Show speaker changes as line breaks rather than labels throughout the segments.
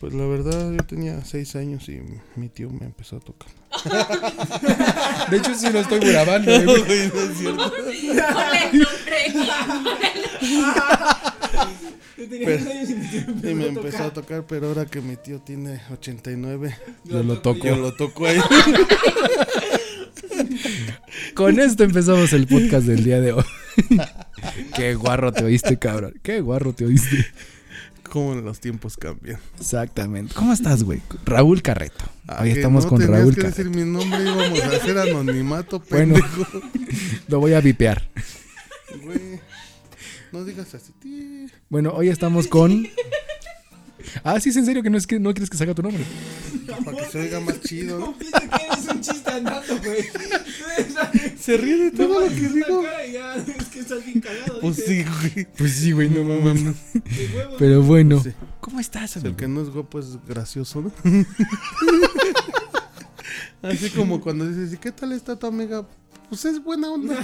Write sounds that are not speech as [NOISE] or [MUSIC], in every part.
Pues la verdad, yo tenía seis años y mi tío me empezó a tocar.
De hecho, sí lo estoy grabando. eh, güey.
Güey, no es cierto.
Con el nombre.
Yo tenía
Pero-
dos años y mi tío
Y me empezó a tocar, pero ahora que mi tío tiene 89,
[LAUGHS] Yo lo toco.
yo lo toco
[LAUGHS]
ahí.
Con esto empezamos el podcast del día de hoy. [LAUGHS] Qué guarro te oíste, cabrón. Qué guarro te oíste.
Como los tiempos cambian.
Exactamente. ¿Cómo estás, güey? Raúl Carreto.
Ah,
Hoy
que
estamos
no
con
tenías
Raúl
que
Carreto.
decir mi nombre íbamos a hacer anonimato,
[LAUGHS] Bueno.
pendejo.
Lo voy a vipear.
Güey, no digas así. Ti.
Bueno, hoy estamos con. Ah, sí, es en serio que no, es que no quieres que salga tu nombre.
Para que se oiga más chido. ¿no?
Piensa que eres un chiste andando, güey.
Se ríe de todo lo que digo.
Ya, es que estás bien cagado.
Pues sí,
dice,
güey.
Pues sí, güey, no
mames.
de huevo.
Pero bueno.
Sí.
¿Cómo estás,
El
amigo?
que no es guapo es gracioso, ¿no? [LAUGHS] Así como cuando dices, "¿Y qué tal está tu amiga? Pues es buena
[LAUGHS]
onda.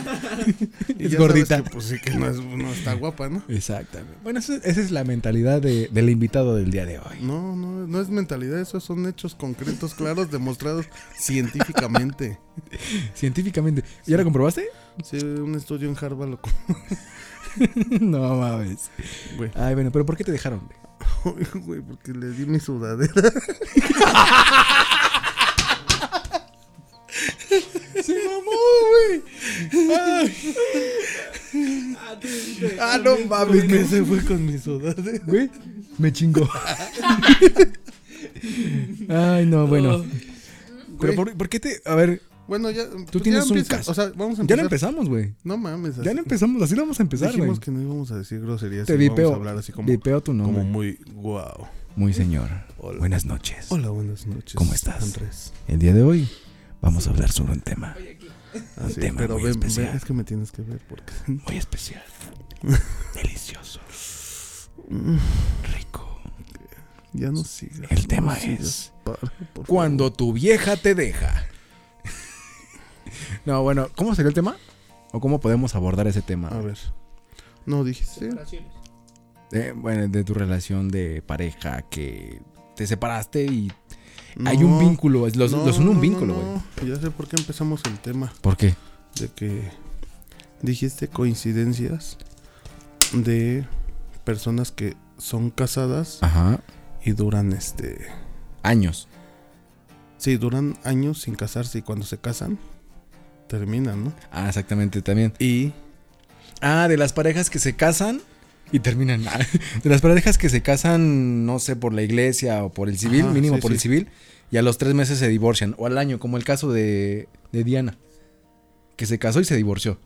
Y
Es
ya sabes
gordita.
que, pues sí que no, es, no está guapa, ¿no?
Exactamente. Bueno, eso- esa es la mentalidad de- del invitado del día de hoy.
No, no, no es mentalidad, esos son hechos concretos, claros, demostrados científicamente.
Científicamente. ¿Ya lo comprobaste? [LAUGHS]
Sí, un estudio en Harvard lo
no mames.
Güey. [LAUGHS]
Ay, bueno, pero ¿por qué te dejaron, güey?
comprobó, güey, porque le di mi sudadera.
[LAUGHS] Se mamó, güey.
Ah, tú dijiste,
[LAUGHS] Ah, [LAUGHS] no mames, que se fue con mi sudadera.
[LAUGHS] Güey,
[LAUGHS]
me chingó. Ay, no, bueno. Pero
Güey.
por, por qué te.? A ver,
Bueno, ya. pues ya
tienes un
empieza,
caso.
O sea, vamos a
ya
empezar.
lo empezamos, güey.
No mames,
Ya
así-
lo empezamos, así lo vamos a empezar, güey.
Dijimos que no íbamos a decir groserías.
Te
y íbamos
vipeo.
a hablar así como,
Vipeo tu
como
nombre.
muy guau.
Muy señor.
Hola.
Buenas noches.
Hola, buenas noches.
¿Cómo estás?
Andrés.
El día de hoy vamos a hablar sobre un tema
Ah, sí,
tema
pero
muy
ven,
especial.
ven, es que me tienes que ver porque
muy especial. Delicioso. Rico.
ya no sigas.
El tema es cuando tu vieja te deja. No, bueno, ¿cómo sería el tema? ¿O cómo podemos abordar ese tema?
A ver. No, dijiste.
Separaciones.
Eh, bueno, de tu relación de pareja que te separaste y
No,
hay un vínculo, es- los,
no,
los une
no,
un
no,
vínculo, güey.
no. Ya sé por qué empezamos el tema
¿Por qué?
de que dijiste coincidencias de personas que son casadas
Ajá.
y duran este
Años.
Sí, duran años sin casarse y cuando se casan, terminan, ¿no?
Ah, exactamente, también.
Y
Ah, de las parejas que se casan y terminan. Ah, [LAUGHS] De las parejas que se casan, no sé, por la iglesia o por el civil,
Ajá,
mínimo
sí,
por el
sí.
civil, y a los tres meses se divorcian, o al año, como el caso de, de Diana, que se casó y se divorció.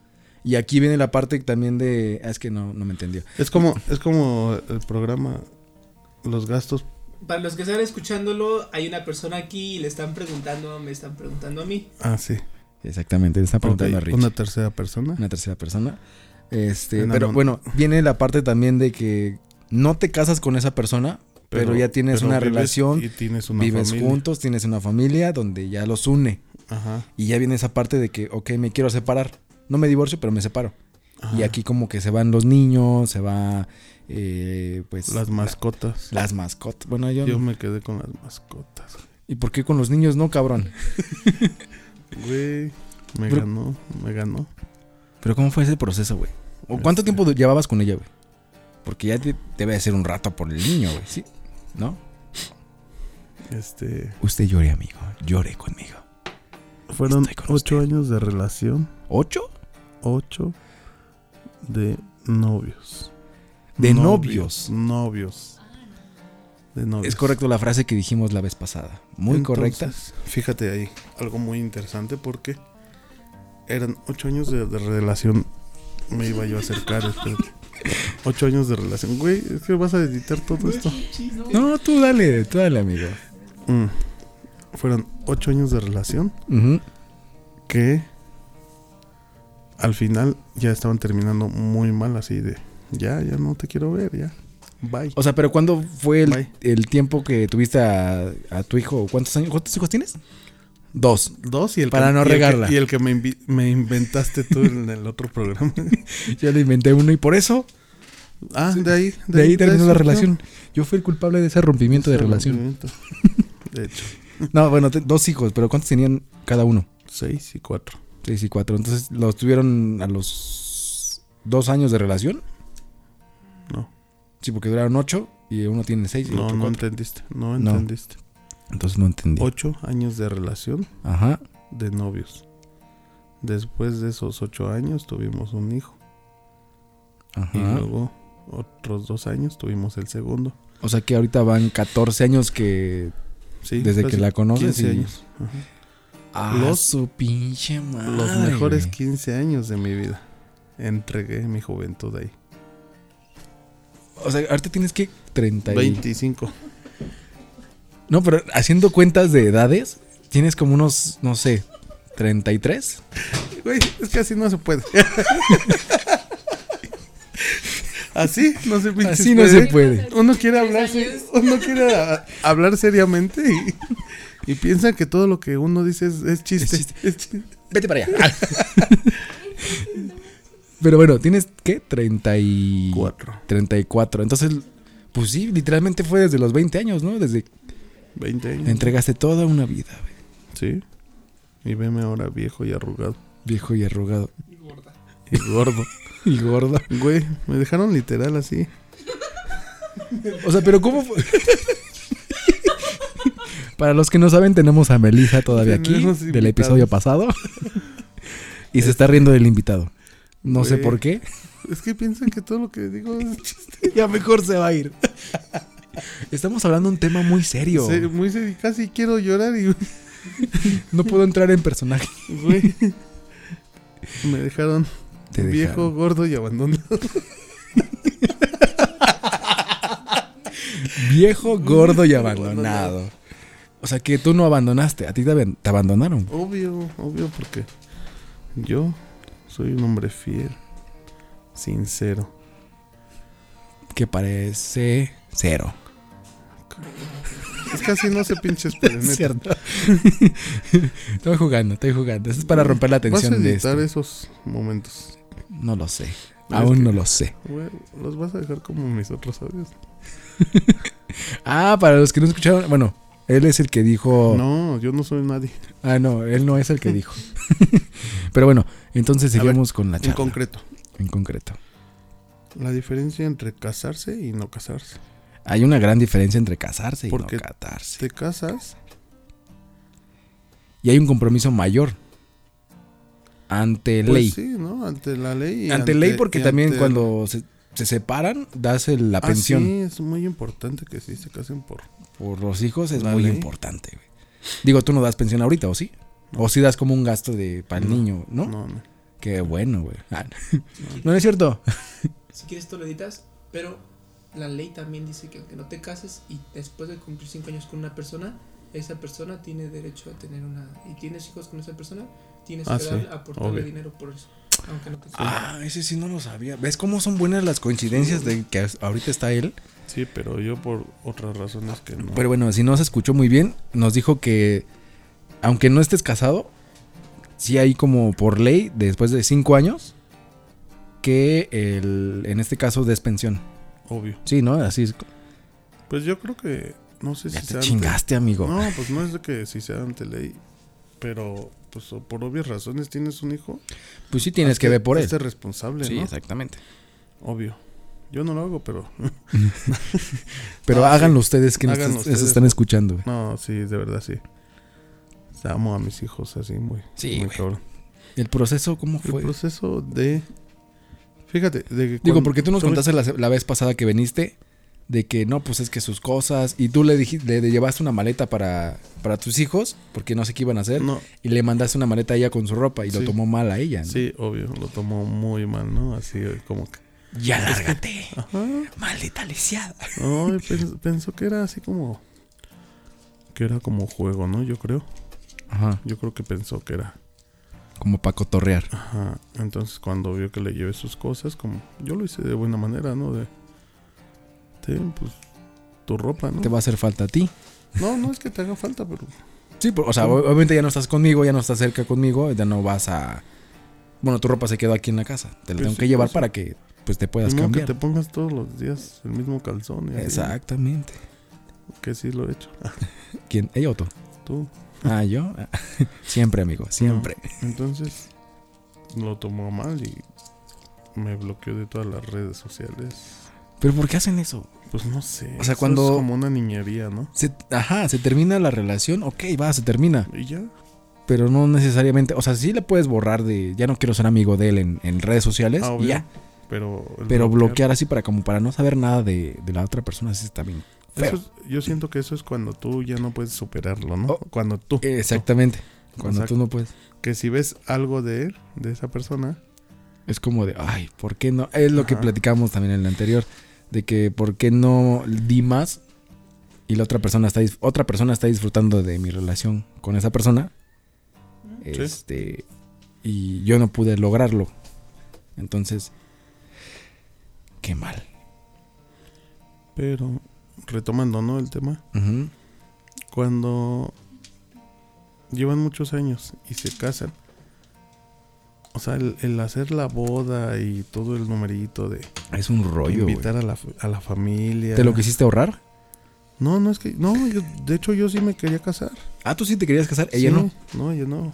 Y aquí viene la parte también de... ah, Es que no, no me entendió.
es como, es como el programa Los gastos.
Para los que están escuchándolo, hay una persona aquí y le están preguntando, me están preguntando a mí.
Ah, sí.
Exactamente, le está preguntando
Ok,
a Rich.
Una tercera persona.
una tercera persona. Este,
En
pero
algún-
bueno, viene la parte también de que no te casas con esa persona, pero, ya tienes
pero
una
vives
relación,
Y tienes una
vives
familia.
juntos, tienes una familia donde ya los une.
Ajá.
Y ya viene esa parte de que, ok, me quiero separar. No me divorcio, pero me separo.
ajá.
Y aquí como que se van los niños, se va, eh, pues...
Las mascotas.
la- las mascotas. Bueno, yo...
Yo
no.
me quedé con las mascotas.
¿Y por qué con los niños no, cabrón?
Güey, me
Pero-
ganó, me ganó.
Pero ¿cómo fue ese proceso, güey? ¿O cuánto
Este-
tiempo llevabas con ella, güey? Porque ya te, debe de ser un rato por el niño, güey, ¿sí? ¿No?
Este,
Usted llore, amigo. Llore conmigo.
fueron
Estoy con
ocho años de relación,
¿Ocho?
ocho de novios.
De
novios.
novios.
Novios. De novios.
Es correcto la frase que dijimos la vez pasada. Muy
Entonces,
correcta.
Fíjate ahí, algo muy interesante porque eran ocho años de, de relación. Me iba yo a acercar, espérate. Ocho años de relación. Güey, es que vas a editar todo esto.
No, tú dale, tú dale, amigo.
Mm. Fueron ocho años de relación
Ujú.
que al final ya estaban terminando muy mal así de ya, ya no te quiero ver, ya. Bye.
O sea, pero ¿cuándo fue el,
Bye.
el tiempo que tuviste a, a tu hijo? ¿Cuántos años? ¿Cuántos hijos tienes? Dos.
Dos y el
Para
que,
no
y el que-
regarla.
Y el que, me, invi- me inventaste tú en el otro
[LAUGHS]
programa.
Yo le inventé uno y por eso
Ah, de ahí.
de ahí terminó la
surgió.
relación. Yo fui el culpable de ese rompimiento de
Ese
relación. [LAUGHS]
rompimiento. De hecho,
No, bueno, te- dos hijos, pero ¿cuántos tenían cada uno?
seis y cuatro.
Seis y cuatro. Entonces, ¿los tuvieron a los dos años de relación?
No.
Sí, porque duraron ocho y uno tiene seis y
No,
otro
no
cuatro.
entendiste. No
No.
entendiste.
Entonces no entendí.
Ocho años de relación
Ajá.
de novios. Después de esos ocho años tuvimos un hijo. Y
Ajá.
luego otros dos años tuvimos el segundo.
O sea que ahorita van 14 años que
Sí,
desde que
casi
la conoces.
15
y-
años. Ajá.
Ah,
Los-
su pinche madre.
Los mejores
güey.
15 años de mi vida. Entregué mi juventud ahí.
O sea, ahorita tienes que 30 y-
25.
No, pero haciendo cuentas de edades, tienes como unos, no sé, 33.
Güey, es que así no se puede. [LAUGHS] así no se pinches
Así no se puede.
[LAUGHS] Uno quiere hablar, se-
años.
[LAUGHS] uno quiere a- hablar seriamente y, y piensa que todo lo que uno dice es, es chiste.
Es
Es chiste.
Vete para allá. [LAUGHS] pero bueno, tienes, ¿qué? 30 y...
Cuatro.
34. Entonces, pues sí, literalmente fue desde los 20 años, ¿no? Desde que
20 años.
entregaste toda una vida, güey.
Sí. Y veme ahora viejo y arrugado
Viejo y arrugado.
Gorda.
y gordo. [LAUGHS]
Y gordo.
Güey, me dejaron literal así.
O sea, pero ¿cómo fue? Para los que no saben, tenemos a Melissa todavía aquí,
Tenemos
del
invitados.
episodio pasado. y se está riendo del invitado. No sé
Güey.
por qué.
Es que piensan que todo lo que digo es chiste.
[LAUGHS] Ya mejor se va a ir. Estamos hablando de un tema muy serio.
Se- muy serio, casi quiero llorar y [LAUGHS]
No puedo entrar en personaje.
güey. Me dejaron
Te
viejo,
dejaron.
gordo y abandonado. [LAUGHS]
Viejo, gordo y abandonado. O sea que tú no abandonaste, a ti te aban- te abandonaron.
Obvio, obvio porque yo soy un hombre fiel, sincero.
Que parece cero.
Es casi no se pinches
[LAUGHS]
pero neta.
Cierto. [LAUGHS] estoy jugando, estoy jugando. Eso es para romper la
Vas a
tensión de esto.
editar esos momentos.
No lo sé.
Es
Aún
que-
no lo sé.
Güey, los vas a dejar como mis otros audios.
Ah, para los que no escucharon, bueno, él es el que dijo.
No, yo no soy nadie.
Ah, no, él no es el que dijo. [LAUGHS] Pero bueno, entonces
A ver,
seguimos con la
En
charla.
concreto,
en concreto.
la diferencia entre casarse y no casarse.
Hay una gran diferencia entre casarse y
Porque-
no catarse.
Te casas,
Y hay un compromiso mayor. Ante
pues
ley.
sí, ¿no? Ante la ley. y
ante, ley, porque
y
también
ante-
cuando se, se separan, das el- la
Ah,
pensión.
sí, es muy importante que sí se casen por
por los hijos es
La
muy
ley.
importante. güey. Digo, tú no das pensión ahorita, ¿o sí? O sí das como un gasto de para el niño, ¿no?
No, no.
Qué bueno, güey. Ah, [LAUGHS] no es cierto.
Si quieres tú lo editas, pero la ley también dice que aunque no te cases y después de cumplir cinco años con una persona, esa persona tiene derecho a tener una... Y tienes hijos con esa persona, tienes
Ah,
que
sí,
darle- aportarle
obvio.
dinero por eso. Aunque no te cases.
Ah, ese sí no lo sabía. ¿Ves cómo son buenas las coincidencias de que as- ahorita está él?
Sí, pero yo por otras razones que no.
Pero bueno, si no se escuchó muy bien, nos dijo que aunque no estés casado, sí hay como por ley, después de cinco años, que el, en este caso des pensión.
Obvio.
Sí, ¿no? Así es.
Pues yo creo que no sé
Ya
si
te
ante-
chingaste, amigo.
No, pues no es de que si sea ante ley, pero pues o por obvias razones tienes un hijo.
Pues sí tienes que ver por él.
Este responsable,
Sí,
¿no?
exactamente.
Obvio. Yo no lo hago, pero
Pero
Ah,
háganlo ustedes que nos
Háganlo
est- nos
ustedes.
están escuchando. güey.
no, sí, de verdad sí. O sea, amo a mis hijos así muy
Sí,
muy
güey.
cabrón.
¿El proceso cómo
El
fue?
proceso de Fíjate, de que
Digo,
cuando-
porque tú nos
sobre-
contaste la, la vez pasada que viniste de que no, pues es que sus cosas y tú le dijiste, le, le llevaste una maleta para, para tus hijos porque no sé qué iban a hacer
No,
y le mandaste una maleta a ella con su ropa y lo
Sí.
tomó mal a ella. ¿no?
sí, obvio, lo tomó muy mal, ¿no? Así eh, como que
Ya lárgate,
ajá.
maldita lisiada.
No, y pens- pensó que era así como. Que era como juego, ¿no? Yo creo.
Ajá,
Yo creo que pensó que era.
como para cotorrear.
Ajá. Entonces, cuando vio que le llevé sus cosas, como. Yo lo hice de buena manera, ¿no? De. Ten, pues. Tu ropa, ¿no?
Te va a hacer falta a ti.
No, no es que te haga falta, pero.
Sí, pero, o sea, ob- obviamente ya no estás conmigo, ya no estás cerca conmigo, ya no vas a... Bueno, tu ropa se quedó aquí en la casa. Te
Pues
la tengo
sí,
que llevar
pues sí.
para que pues te
Ni
puedas
modo que
cambiar.
te pongas todos los días el mismo calzón. y así,
Exactamente.
Que sí lo he hecho. [LAUGHS]
¿Quién? ¿Ella o tú?
Tú.
Ah, yo. [LAUGHS] Ah, siempre, amigo, siempre.
Entonces lo tomó mal y me bloqueó de todas las redes sociales.
Pero ¿por qué hacen eso?
Pues no sé.
O sea,
eso
cuando-
Es como una niñería, ¿no?
Se- ajá, se termina la relación, ok, va, se termina.
Y ya.
Pero no necesariamente, o sea, sí le puedes borrar de, ya no quiero ser amigo de él en, en redes sociales,
Ah,
y
obvio.
ya.
Pero, el
Pero
bloquear-
bloquear así para como para no saber nada de, de la otra persona, así está bien. feo.
Eso es- yo siento que eso es cuando tú ya no puedes superarlo, ¿no?
Oh.
Cuando tú.
Exactamente. Cuando
Exacto.
tú no puedes.
Que si ves algo de él, de esa persona,
Es como de, ay, ¿por qué no? Es lo que
Ajá.
platicamos también en el anterior, de que ¿por qué no di más? Y la otra persona está, dis- otra persona está disfrutando de mi relación con esa persona.
Sí.
Este, y yo no pude lograrlo. Entonces, qué mal.
pero retomando, ¿no? El tema.
Ujú.
Cuando llevan muchos años y se casan. O sea, el, el hacer la boda y todo el numerito de
Es un rollo. güey.
invitar a la, f- a la familia.
¿Te lo quisiste ahorrar?
No, no es que. No, yo, de hecho, yo sí me quería casar.
Ah, tú sí te querías casar, ella
Sí,
no.
No, ella no.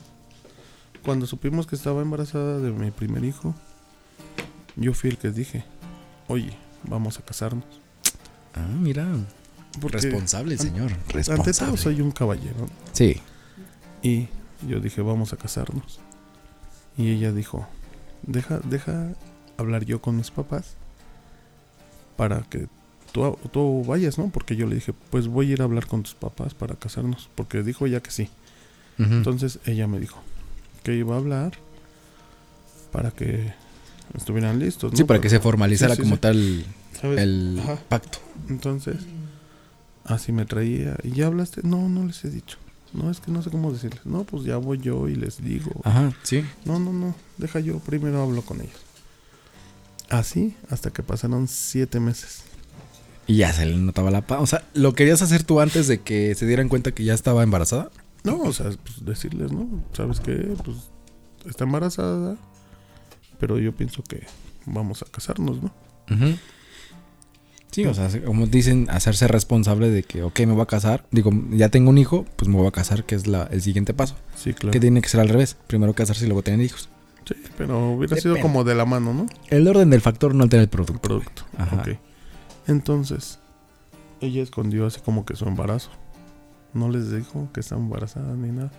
Cuando supimos que estaba embarazada de mi primer hijo, yo fui el que dije: Oye, vamos a casarnos.
Ah, mira.
Porque
Responsable,
an-
señor.
Ante todo,
Responsable.
soy un caballero.
Sí.
Y yo dije: Vamos a casarnos. Y ella dijo: Deja, deja hablar yo con mis papás para que. Tú, tú vayas, ¿no? Porque yo le dije, pues voy a ir a hablar con tus papás para casarnos. Porque dijo ya que sí.
Ujú.
Entonces ella me dijo que iba a hablar para que estuvieran listos.
sí, para que se formalizara
sí,
como
sí.
tal
¿sabes?
el
Ajá.
pacto.
Entonces, así me traía. ¿Y ya hablaste? No, no les he dicho. No, es que no sé cómo decirles. No, pues ya voy yo y les digo.
Ajá, sí.
No, no, no. Deja yo, primero hablo con ellos. Así hasta que pasaron siete meses.
Y ya se le notaba la paz. O sea, ¿lo querías hacer tú antes de que se dieran cuenta que ya estaba embarazada?
No, o sea, pues decirles, ¿no? ¿Sabes qué? Pues está embarazada, pero yo pienso que vamos a casarnos, ¿no?
Sí, o sea, como dicen, hacerse responsable de que, ok, me voy a casar. Digo, ya tengo un hijo, pues me voy a casar, que es la, el siguiente paso.
Sí, claro.
Que tiene que ser al revés. Primero casarse y luego tener hijos.
Sí, pero hubiera
Depende.
sido como de la mano, ¿no?
El orden del factor no altera el
El
producto.
producto.
Ajá.
Ok. Entonces, ella escondió así como que su embarazo. No les dijo que estaba embarazada ni nada.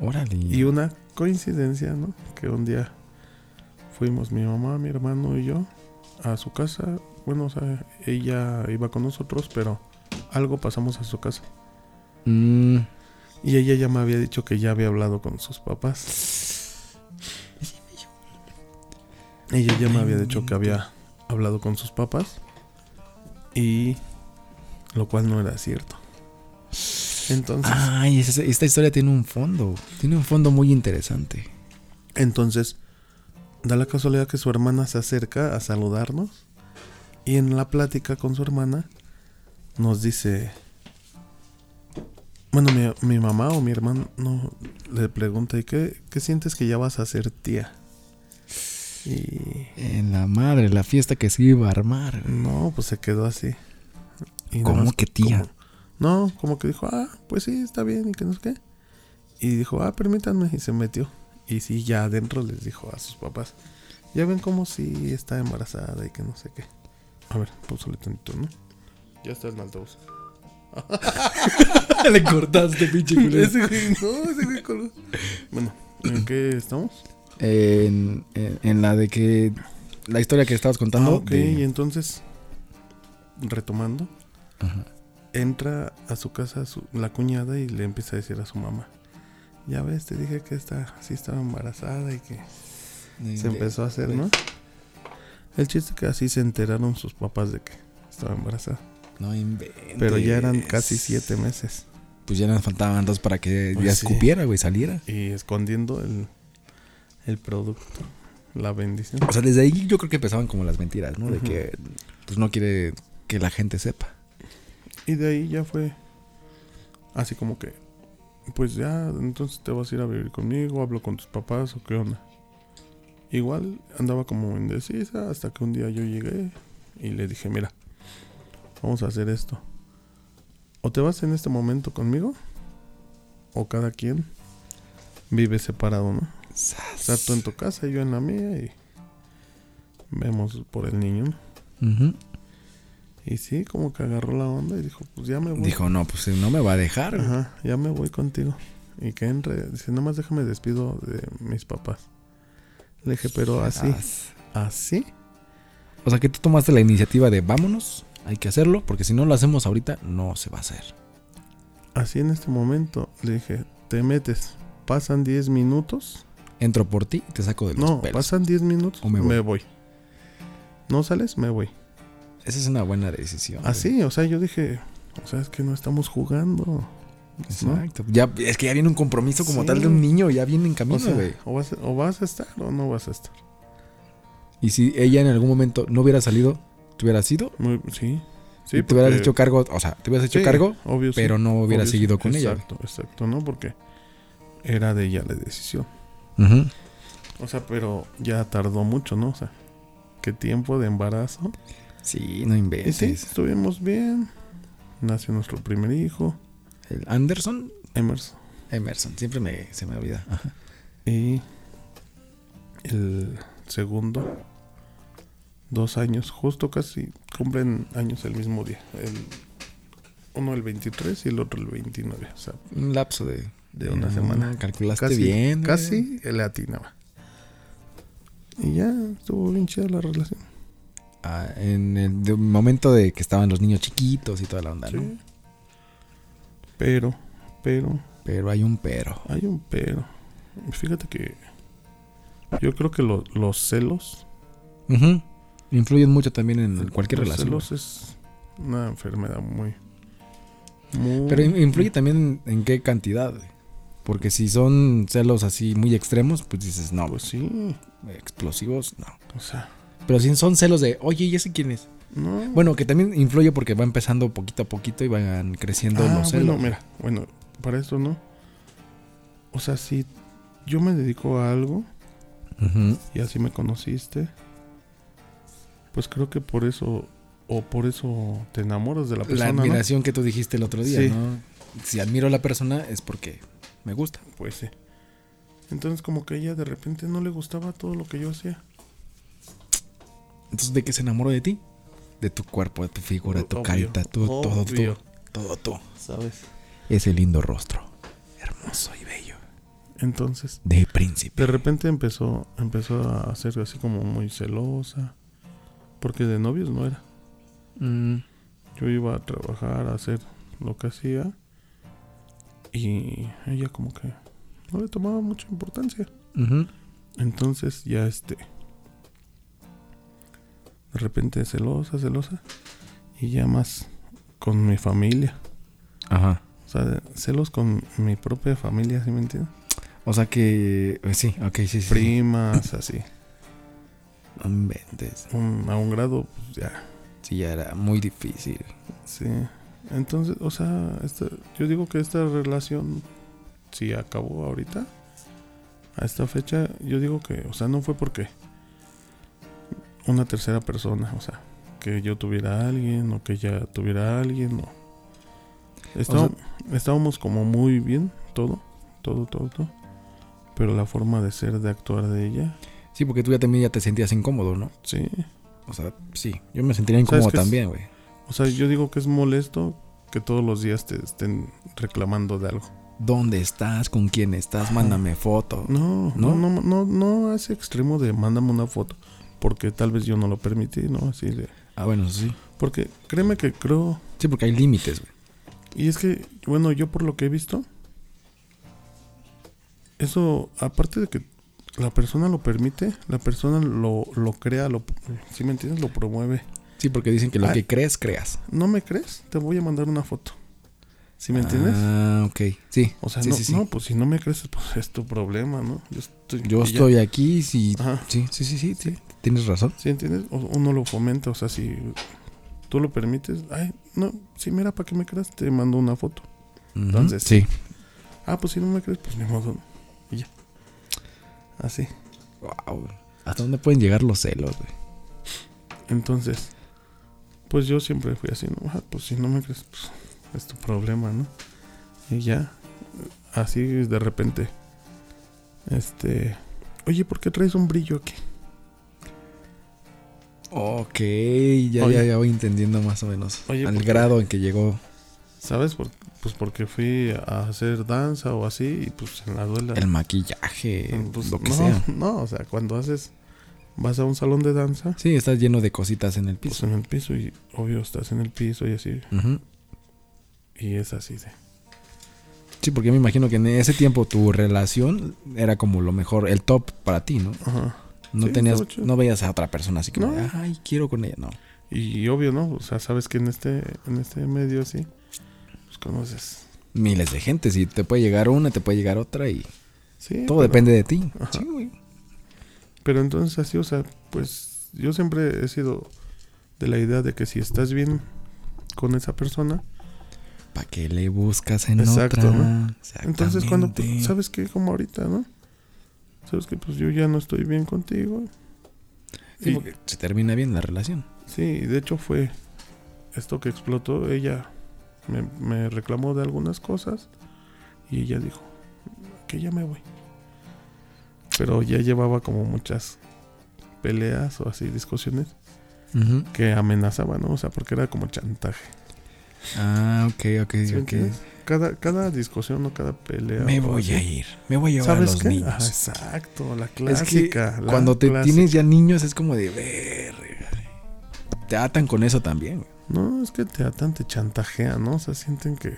Órale.
Y una coincidencia, ¿no? Que un día fuimos mi mamá, mi hermano y yo a su casa. Bueno, o sea, ella iba con nosotros, pero algo pasamos a su casa.
Mm,
Y ella ya me había dicho que ya había hablado con sus papás. Ella ya me había dicho que había hablado con sus papás. Y lo cual no era cierto. Entonces,
Ay, es- esta historia tiene un fondo. Tiene un fondo muy interesante.
entonces da la casualidad que su hermana se acerca a saludarnos y en la plática con su hermana nos dice bueno, mi, mi mamá o mi hermano no, le pregunta, ¿y qué, qué sientes que ya vas a ser tía? Y
En la madre, la fiesta que se iba a armar. güey.
no, pues se quedó así. Y nada
¿Cómo
más
que tía?
como- no, como que dijo, ah, pues sí, está bien y que no sé qué. Y dijo, ah, permítanme, y se metió. Y sí, ya adentro les dijo a sus papás, ya ven cómo sí está embarazada y que no sé qué. A ver, pues, pónsale tantito, ¿no? Ya está el altavoz.
Le cortaste,
[LAUGHS]
pinche culero.
Ese güey, no, ese güey colgó. Bueno, ¿en qué estamos?
En, en- en la de que. La historia que estabas
Ah,
contando.
ok,
de-
y entonces, retomando,
Ajá.
entra a su casa su- la cuñada y le empieza a decir a su mamá, ya ves, te dije que esta sí estaba embarazada y que
de-
se
de-
empezó a hacer, ¿no? El chiste es que así se enteraron sus papás de que estaba embarazada,
No inventes.
pero ya eran casi siete meses
Pues ya nos faltaban dos para que
Pues
ya
sí.
escupiera, güey, saliera.
y escondiendo el, el producto, la bendición.
O sea, desde ahí yo creo que empezaban como las mentiras, ¿no? De
Ujú.
que pues no quiere que la gente sepa.
Y de ahí ya fue así como que, pues ya, entonces te vas a ir a vivir conmigo, hablo con tus papás o qué onda. Igual andaba como indecisa hasta que un día yo llegué y le dije, mira, vamos a hacer esto. O te vas en este momento conmigo, o cada quien vive separado, ¿no? O sea, tú en tu casa y yo en la mía y vemos por el niño. ¿no?
Ujú.
Y sí, como que agarró la onda y dijo, pues ya me voy.
Dijo, no, pues no me va a dejar. güey".
Ajá, ya me voy contigo. Y que entre, dice, nomás déjame despido de mis papás. Le dije,
Ah,
pero así,
As-
así.
Ah, O sea que tú tomaste la iniciativa de vámonos, hay que hacerlo, porque si no lo hacemos ahorita, no se va a hacer.
Así en este momento le dije, te metes, pasan 10 minutos.
Entro por ti y te saco de los
No,
pelos.
pasan 10 minutos,
O
me
me
voy.
voy.
No sales, me voy.
Esa es una buena decisión. güey.
Así, o sea, yo dije, o sea, es que no estamos jugando. ¿no?
Exacto. Ya, es que ya viene un compromiso como
Sí.
tal de un niño, ya viene en camino,
O, sea,
güey.
o vas, o vas a estar o no vas a estar.
Y si ella en algún momento no hubiera salido, te hubieras ido,
Muy- sí, sí.
y te hubieras
porque-
hecho cargo, o sea, te hubieras hecho
sí,
cargo,
obvio, sí,
pero no hubieras
obvio, sí.
seguido con ella.
Exacto, exacto, ¿no? Porque era de ella la decisión.
güey. Ujú.
O sea, pero ya tardó mucho, ¿no? O sea, qué tiempo de embarazo.
Sí, no
Y
inventes.
sí, estuvimos bien. Nació nuestro primer hijo,
El Anderson
Emerson.
Emerson, siempre me, se me olvida.
Ah.
Ajá.
Y el segundo, dos años, justo casi cumplen años el mismo día. El, uno el 23 y el otro el 29. O sea,
Un lapso de,
de una semana.
Calculaste
Ah, Casi,
Mm, bien. güey.
casi le atinaba. Y ya estuvo bien chida la relación.
Ah, en el de- momento de que estaban los niños chiquitos y toda la onda, ¿no?
Sí. Pero, pero,
Pero hay un pero.
hay un pero. Fíjate que yo creo que lo- los celos,
Ujú. Influyen mucho también en cualquier
los
relación.
celos es una enfermedad muy, muy-
Pero in- influye también en, en qué cantidad, güey. Porque si son celos así muy extremos, pues dices, no,
pues sí,
explosivos, no.
o sea,
Pero si son celos de, oye, ¿y ese quién es?
no.
Bueno, que también influye porque va empezando poquito a poquito y van creciendo
Ah, bueno,
los celos.
mira, bueno, para esto no. O sea, si yo me dedico a algo
Ujú.
y así me conociste, pues creo que por eso o por eso te enamoras de la
La
persona, ¿no?
admiración que tú dijiste el otro día,
Sí.
¿no? Si admiro a la persona es porque me gusta.
Pues sí. Entonces como que a ella de repente no le gustaba todo lo que yo hacía.
Entonces, ¿de qué se enamoró de ti? De tu cuerpo, de tu figura, tu
Obvio,
carita, tu- todo
obvio.
tú. Todo tú.
¿Sabes?
Ese lindo rostro. Hermoso y bello.
Entonces,
De príncipe.
de repente empezó, empezó a ser así como muy celosa. Porque de novios no era.
Mm.
Yo iba a trabajar, a hacer lo que hacía. Y ella como que no le tomaba mucha importancia.
Ujú.
Entonces ya este. De repente celosa, celosa. Y ya más con mi familia.
Ajá.
O sea, celos con mi propia familia, ¿sí me entiendes?
O sea que. eh, Sí, ok, sí, sí. sí.
Primas, así.
No inventes.
Un- a un grado, pues ya.
Sí, ya era muy difícil.
Sí. Entonces, o sea, esta- yo digo que esta relación, si acabó ahorita, a esta fecha, yo digo que, o sea, no fue porque una tercera persona, o sea, que yo tuviera a alguien o que ella tuviera a alguien, no. Estaba- estábamos como muy bien, todo, todo, todo, todo. Pero la forma de ser, de actuar de ella,
Sí, porque tú ya también ya te sentías incómodo, ¿no?
sí.
O sea, sí. Yo me sentiría
¿Sabes
incómodo
qué es?
también, güey.
O sea, yo digo que es molesto que todos los días te estén reclamando de algo.
¿Dónde estás? ¿Con quién estás? Mándame foto.
No, no,
¿No?
no, no, no a ese extremo de mándame una foto, porque tal vez yo no lo permití, ¿no? Así de.
Ah, bueno, eso sí.
Porque créeme que creo.
Sí, porque hay límites, güey.
Y es que, bueno, yo por lo que he visto, eso, aparte de que la persona lo permite, la persona lo, lo crea, lo, ¿sí me entiendes? Lo promueve.
Sí, porque dicen que lo
Ah.
que crees, creas.
¿No me crees? Te voy a mandar una foto. ¿Sí me entiendes?
Ah, ok. Sí.
O sea,
sí,
no,
sí, sí.
no, pues si no me crees, pues es tu problema, ¿no? Yo estoy.
Yo
y ya.
estoy aquí, sí.
Ajá.
Sí, sí, sí, sí, sí. Tienes razón.
¿Sí entiendes? O- Uno lo fomenta, o sea, si tú lo permites, ay, no, si mira, ¿para qué me creas? Te mando una foto.
Ujú.
Entonces-
Sí.
Ah, pues si no me crees, pues ni modo. ¿no? Y ya. Así.
Wow. ¿Hasta dónde pueden llegar los celos, güey?
Entonces, pues yo siempre fui así, ¿no? Ah, pues si no me crees, pues es tu problema, ¿no? Y ya, así de repente, este, oye, ¿por qué traes un brillo aquí?
Ok, ya,
Oye.
ya, ya voy entendiendo más o menos.
Oye,
al
¿por qué?
grado en que llegó
¿Sabes? Por- pues porque fui a hacer danza o así y pues en la duela.
el maquillaje,
pues,
lo que
no,
sea.
[LAUGHS] No, o sea, cuando haces, vas a un salón de danza,
Sí, está lleno de cositas en el
pues
piso.
en el piso y obvio estás en el piso y así.
Ujú.
Y es así de...
Sí, porque me imagino que en ese tiempo tu relación era como lo mejor, el top para ti, ¿no?
Ajá.
No
Sí,
tenías,
estaba chido.
no veías a otra persona así que,
No.
ay, quiero con ella, no.
Y obvio, ¿no? O sea, sabes que en este, en este medio así, pues conoces.
Miles de gente, si te puede llegar una, te puede llegar otra y
Sí.
todo
pero-
depende de ti.
Ajá.
Sí, güey.
Pero entonces así, o sea, pues yo siempre he sido de la idea de que si estás bien con esa persona,
¿Para qué le buscas en
Exacto,
otra?
¿no? entonces cuando, pues,
Exactamente.
¿sabes qué? Como ahorita, ¿no? Sabes que pues yo ya no estoy bien contigo.
Sí,
Y-
porque se termina bien la relación.
Sí, y de hecho fue esto que explotó. Ella me, me reclamó de algunas cosas y ella dijo que ya me voy. Pero ya llevaba como muchas peleas o así discusiones que amenazaban, ¿no? O sea, porque era como chantaje.
Ah, ok, ok,
¿Sí me
ok.
entiendes? Cada, cada discusión o cada pelea.
Me
o
voy
así,
a ir. Me voy a llevar
¿Sabes
a los
qué?
niños.
Ah, exacto, la clásica. la
Cuando te
clásica.
tienes ya niños es como de verga. Te atan con eso también, güey.
No, es que te atan, te chantajean, ¿no? O sea, sienten que.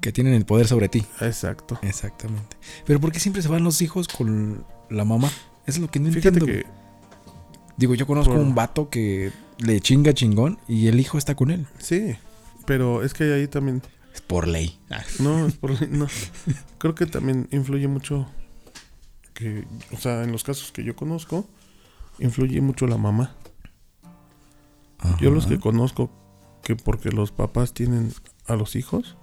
Que tienen el poder sobre ti.
Exacto.
Exactamente. Pero ¿por qué siempre se van los hijos con la mamá? Eso es lo que no
Fíjate
entiendo.
que
güey. Digo, yo conozco
por-
un vato que le chinga chingón y el hijo está con él.
Sí, pero es que ahí también.
Es por ley.
No, es por.
[LAUGHS]
No. Creo que también influye mucho. Que, o sea, en los casos que yo conozco, influye mucho la mamá. Yo los que conozco que porque los papás tienen a los hijos,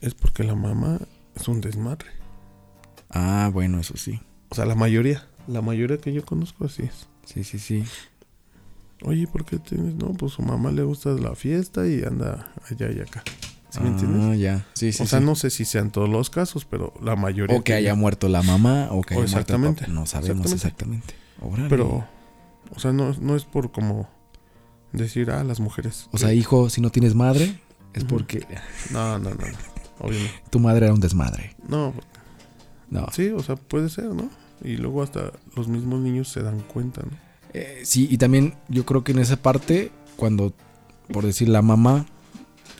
es porque la mamá es un desmadre.
Ah, bueno, eso sí.
O sea, la mayoría. La mayoría que yo conozco así es.
Sí, sí, sí.
Oye, ¿por qué tienes? No, pues su mamá le gusta la fiesta y anda allá y acá. ¿Sí me
Ah,
entiendes?
ya. Sí, sí,
o sea,
sí.
no sé si sean todos los casos, pero la mayoría.
O que
tiene.
haya muerto la mamá o que
O
haya muerto el
exactamente,
papá. No sabemos exactamente. Órale.
Pero, o sea, no, no es por como decir, ah, las mujeres.
o sea, hijo, si no tienes madre, es
Ujú.
porque
No, no, no, no. Obviamente.
tu madre era un desmadre.
No,
No.
sí, o sea, puede ser, ¿no? Y luego hasta los mismos niños se dan cuenta, ¿no?
Eh, sí, y también yo creo que en esa parte, cuando, por decir, la mamá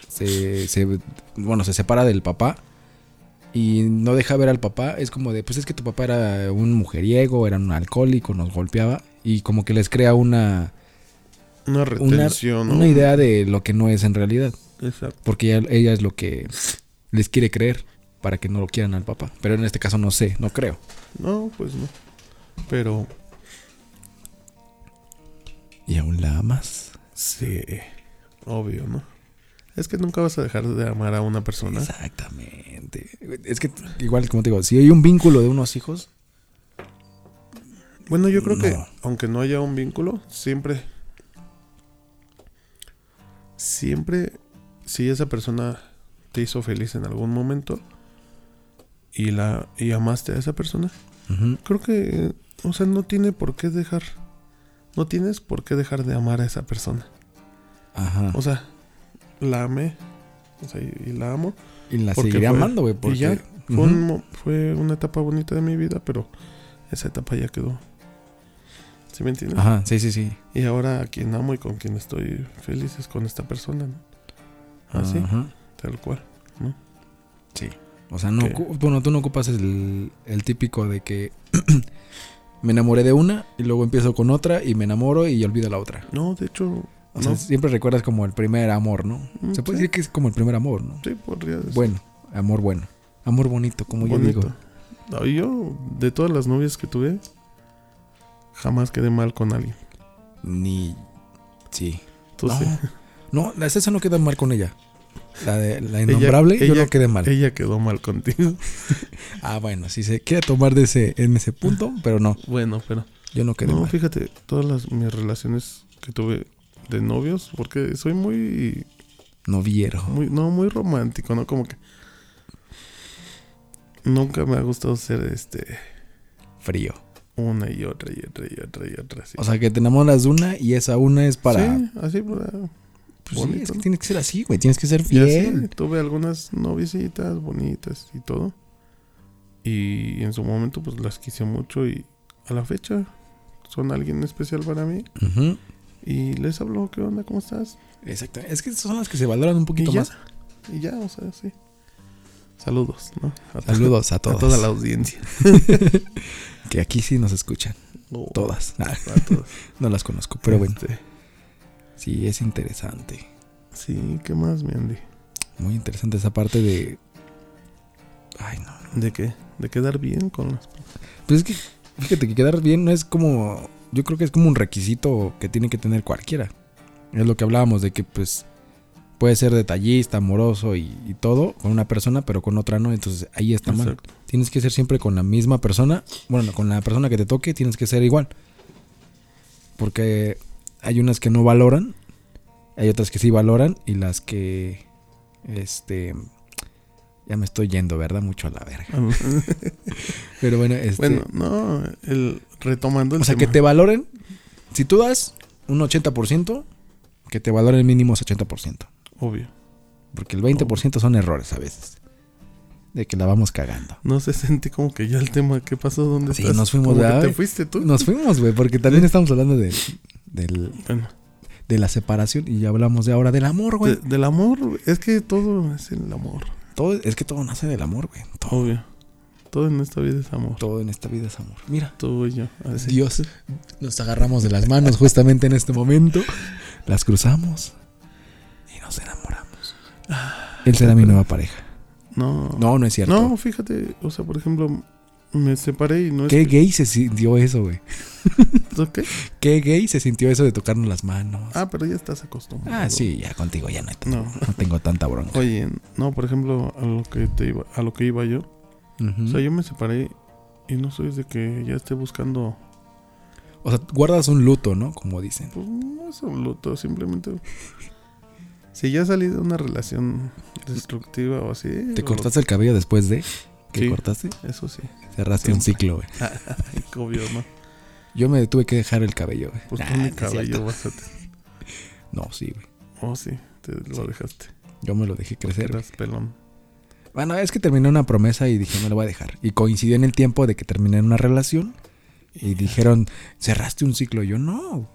se, se- bueno, se separa del papá y no deja ver al papá, es como de, pues es que tu papá era un mujeriego, era un alcohólico, nos golpeaba y como que les crea una,
Una retención, ¿no?
una idea de lo que no es en realidad,
Exacto.
porque ella, ella es lo que les quiere creer para que no lo quieran al papá, pero en este caso no sé, no creo.
No, pues no. Pero,
Y aún la amas.
sí, obvio, ¿no? Es que nunca vas a dejar de amar a una persona.
Exactamente. Es que igual, como te digo, si hay un vínculo de unos hijos,
Bueno, yo creo que
No.
aunque no haya un vínculo, siempre. Siempre, si esa persona te hizo feliz en algún momento y la y amaste a esa persona, creo que, o sea, no tiene por qué dejar, no tienes por qué dejar de amar a esa persona.
Ajá.
O sea, la amé, o sea, y, y la amo.
Y la
porque
seguiré
fue-
amando, güey. Porque...
Y ya fue,
Ujú.
un mo- fue una etapa bonita de mi vida, pero esa etapa ya quedó. ¿Sí me entiendes?
Ajá, sí, sí, sí.
Y ahora a quien amo y con quien estoy feliz es con esta persona, ¿no? Así,
Ajá.
tal cual.
Sí. O sea, no,
¿Qué?
ocu- bueno, tú no ocupas el, el típico de que [CLEARS THROAT] me enamoré de una y luego empiezo con otra y me enamoro y olvido la otra.
No, de hecho,
O sea,
No.
siempre recuerdas como el primer amor, ¿no?
Mm,
Se puede
sí.
decir que es como el primer amor, ¿no?
sí, podría decir.
Bueno, amor bueno. Amor bonito, como yo digo.
No, yo, de todas las novias que tuve, jamás quedé mal con alguien.
Ni... Sí.
Tú sí.
Ah, No, no, la César no queda mal con ella. La, de, la innombrable, yo
ella-
no quedé mal.
Ella quedó mal
[LAUGHS]
contigo.
Ah, bueno, si se quiere tomar de ese, en ese punto, pero no,
Bueno, pero.
yo no quedé
no,
mal.
fíjate, todas las, mis relaciones que tuve de novios, porque soy muy,
Noviero.
muy, no, muy romántico, ¿no? Como que nunca me ha gustado ser este
Frío.
una y otra y otra y otra y otra. así.
O sea, que te enamoras de una y esa una es para.
Sí, así para...
Pues sí,
bonito,
es que
¿no?
tiene que ser así, güey. Tienes que ser
Y así,
fiel.
tuve algunas novicitas bonitas y todo. Y en su momento pues las quise mucho y a la fecha son alguien especial para mí.
Ujú.
Y les hablo, ¿qué onda? ¿Cómo estás?
Exacto. Es que son las que se valoran un poquito
¿Y ya?
más.
Y ya, o sea, sí. Saludos, ¿no? A
Saludos a
to- [LAUGHS]
todas.
A toda la audiencia.
Que aquí sí nos escuchan.
Oh,
Todas. Ah,
a todos.
no las conozco, pero bueno.
Este,
Sí, es interesante.
sí, ¿qué más, mi Andy?
Muy interesante esa parte de. Ay, no.
¿De qué? ¿De quedar bien con las...
Pues es que, fíjate que quedar bien no es como. Yo creo que es como un requisito que tiene que tener cualquiera. Es lo que hablábamos de que, pues. Puede ser detallista, amoroso y, y todo con una persona, pero con otra no. Entonces ahí está mal.
Exacto.
Tienes que ser siempre con la misma persona. Bueno, con la persona que te toque, tienes que ser igual. Porque hay unas que no valoran, hay otras que sí valoran y las que. Este. Ya me estoy yendo, ¿verdad? Mucho a la verga. Pero bueno,
[LAUGHS]
este.
bueno, no, el, retomando el
O sea, que
tema.
te valoren. Si tú das un 80%, que te valoren mínimo ese 80%.
Obvio.
Porque el 20% son errores a veces. De que la vamos cagando.
No se sentí como que ya el tema, ¿qué pasó? ¿Dónde
Sí,
estás?
nos fuimos,
Como que
¿verdad?
te fuiste tú.
Nos fuimos, güey, porque también estamos hablando de, del-
Bueno,
de la separación y ya hablamos de ahora del amor,
de-
güey.
del amor, es que todo es el amor.
Todo, es que todo nace del amor, güey. Todo,
Obvio. Todo en esta vida es amor.
todo en esta vida es amor. Pues Mira,
Tú y yo. así.
Dios, nos agarramos de las manos justamente en este momento, las cruzamos y nos enamoramos. Él será mi nueva pareja.
No.
No, no es cierto.
No, fíjate, o sea, por ejemplo, me separé y no es
Qué
que-
gay se sintió eso, güey.
¿Qué?
Qué gay se sintió eso de tocarnos las manos.
Ah, pero ya estás acostumbrado.
Ah, sí, ya contigo ya no, hay tan-
No.
no tengo tanta bronca.
Oye, no, por ejemplo, a lo que te iba, a lo que iba yo.
Ujú.
O sea, yo me separé y no soy de que ya esté buscando
O sea, guardas un luto, ¿no? Como dicen.
pues no es un luto, simplemente si ya salí de una relación destructiva o así,
¿Te
o
cortaste el cabello después de que
Sí.
cortaste?
lo- eso sí,
Cerraste un
Siempre.
ciclo, güey.
Ay, qué obvio, ¿no?
Yo me tuve que dejar el cabello, güey.
Pues
Nah,
tú mi
no es Ah, cierto.
cabello vas a te-
No, sí, güey.
Oh, sí, te lo dejaste.
Yo me lo dejé crecer.
Eras pelón.
güey. Bueno, es que terminé una promesa y dije, me lo voy a dejar. Y coincidió en el tiempo de que terminé una relación y dijeron, cerraste un ciclo. Yo no.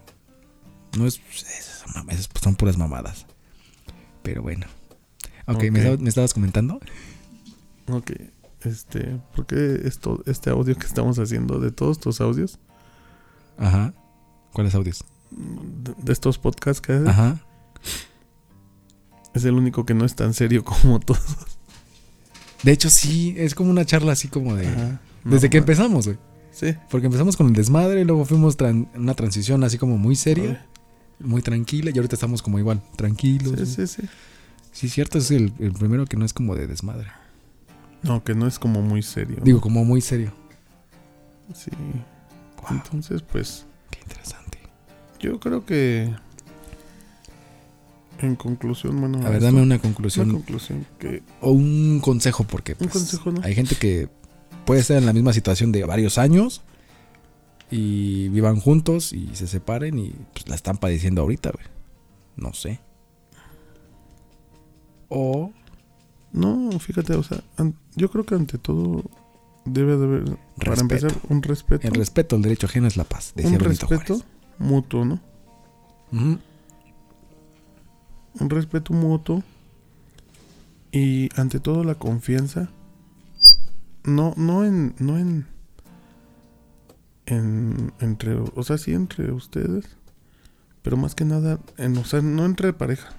No es. Esas, mam- esas son puras mamadas. Pero bueno. Ok,
Ok.
¿Me, estabas, me estabas comentando?
Ok, este, ¿por qué esto, este audio que estamos haciendo de todos tus audios,
Ajá. ¿Cuáles audios?
de, de estos podcasts que haces,
Ajá.
es el único que no es tan serio como todos?
De hecho, sí, es como una charla así como de.
Ajá.
Desde
No,
que
ma-
empezamos, güey.
Sí.
Porque empezamos con el desmadre, y luego fuimos tran- una transición así como muy seria, muy tranquila, y ahorita estamos como igual, tranquilos.
Sí,
Sí,
sí, sí.
cierto, es el, el primero que no es como de desmadre.
No, que no es como muy serio.
Digo, como muy serio.
Sí.
Guau,
Entonces, pues,
qué interesante.
yo creo que en conclusión, bueno,
A ver,
esto-
dame una
una
conclusión
conclusión que
o un consejo, porque pues,
consejo, ¿no?
hay gente que puede estar en la misma situación de varios años y vivan juntos y se separen y pues, la están padeciendo ahorita, güey. No sé. O
no, fíjate, o sea, an- yo creo que ante todo debe de haber para
Respeto.
empezar un respeto,
El respeto al derecho ajeno es la paz, decía
un
Benito
respeto
Juárez.
mutuo, ¿no?
Ujú.
Un respeto mutuo y ante todo la confianza no no en no en en entre, o sea, sí entre ustedes, pero más que nada en, o sea, no entre pareja,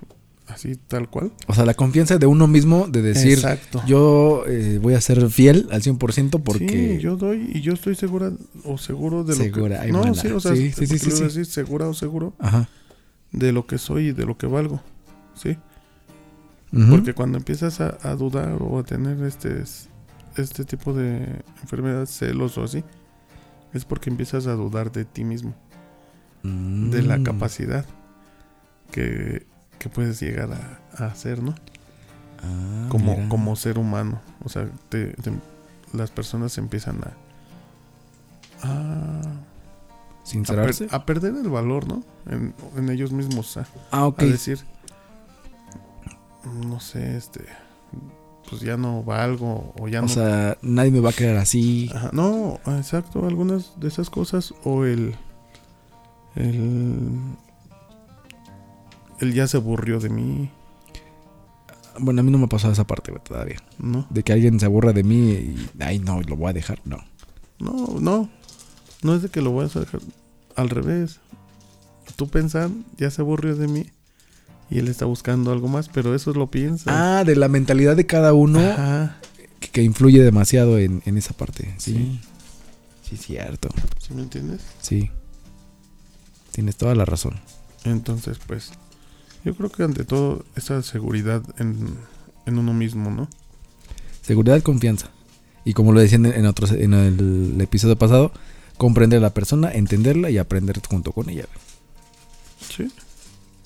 así tal cual.
O sea, la confianza de uno mismo de decir,
Exacto.
yo eh, voy a ser fiel al 100% porque...
Sí, yo doy y yo estoy segura o seguro de lo
Segura,
que
ahí
no
va la-
sí o sea
sí, sí,
porque
sí, sí,
le voy a
sí.
decir segura o seguro
Ajá.
de lo que soy y de lo que valgo sí
Ujú.
Porque cuando empiezas a, a dudar o a tener este, este tipo de enfermedades celos o así, es porque empiezas a dudar de ti mismo,
Mm.
de la capacidad que, que puedes llegar a, a hacer, ¿no?
Ah,
como,
mira.
como ser humano. O sea, te- te- las personas empiezan a, a, a per-
Sincerarse.
a perder el valor, ¿no? En, en ellos mismos. A,
Ah, ok.
a decir, no sé, este, pues ya no valgo o ya
O
no.
sea, nadie me va a querer así.
Ajá, no, exacto, algunas de esas cosas o el, el, el ya se aburrió de mí,
Bueno, a mí no me ha pasado esa parte, güey, todavía.
¿no?
De que alguien se aburra de mí y, ay, no, lo voy a dejar. No.
No, no, no es de que lo voy a dejar, al revés. Tú pensar, ya se aburrió de mí y él está buscando algo más, pero eso lo piensa.
Ah, de la mentalidad de cada uno
Ajá,
que, que influye demasiado en, en esa parte. Sí.
Sí.
Sí, cierto.
¿sí me entiendes?
Sí. Tienes toda la razón.
Entonces, pues, yo creo que ante todo, esa seguridad en, en uno mismo, ¿no?
Seguridad, confianza. Y como lo decían en, otros, en el episodio pasado, comprender a la persona, entenderla y aprender junto con ella.
Sí.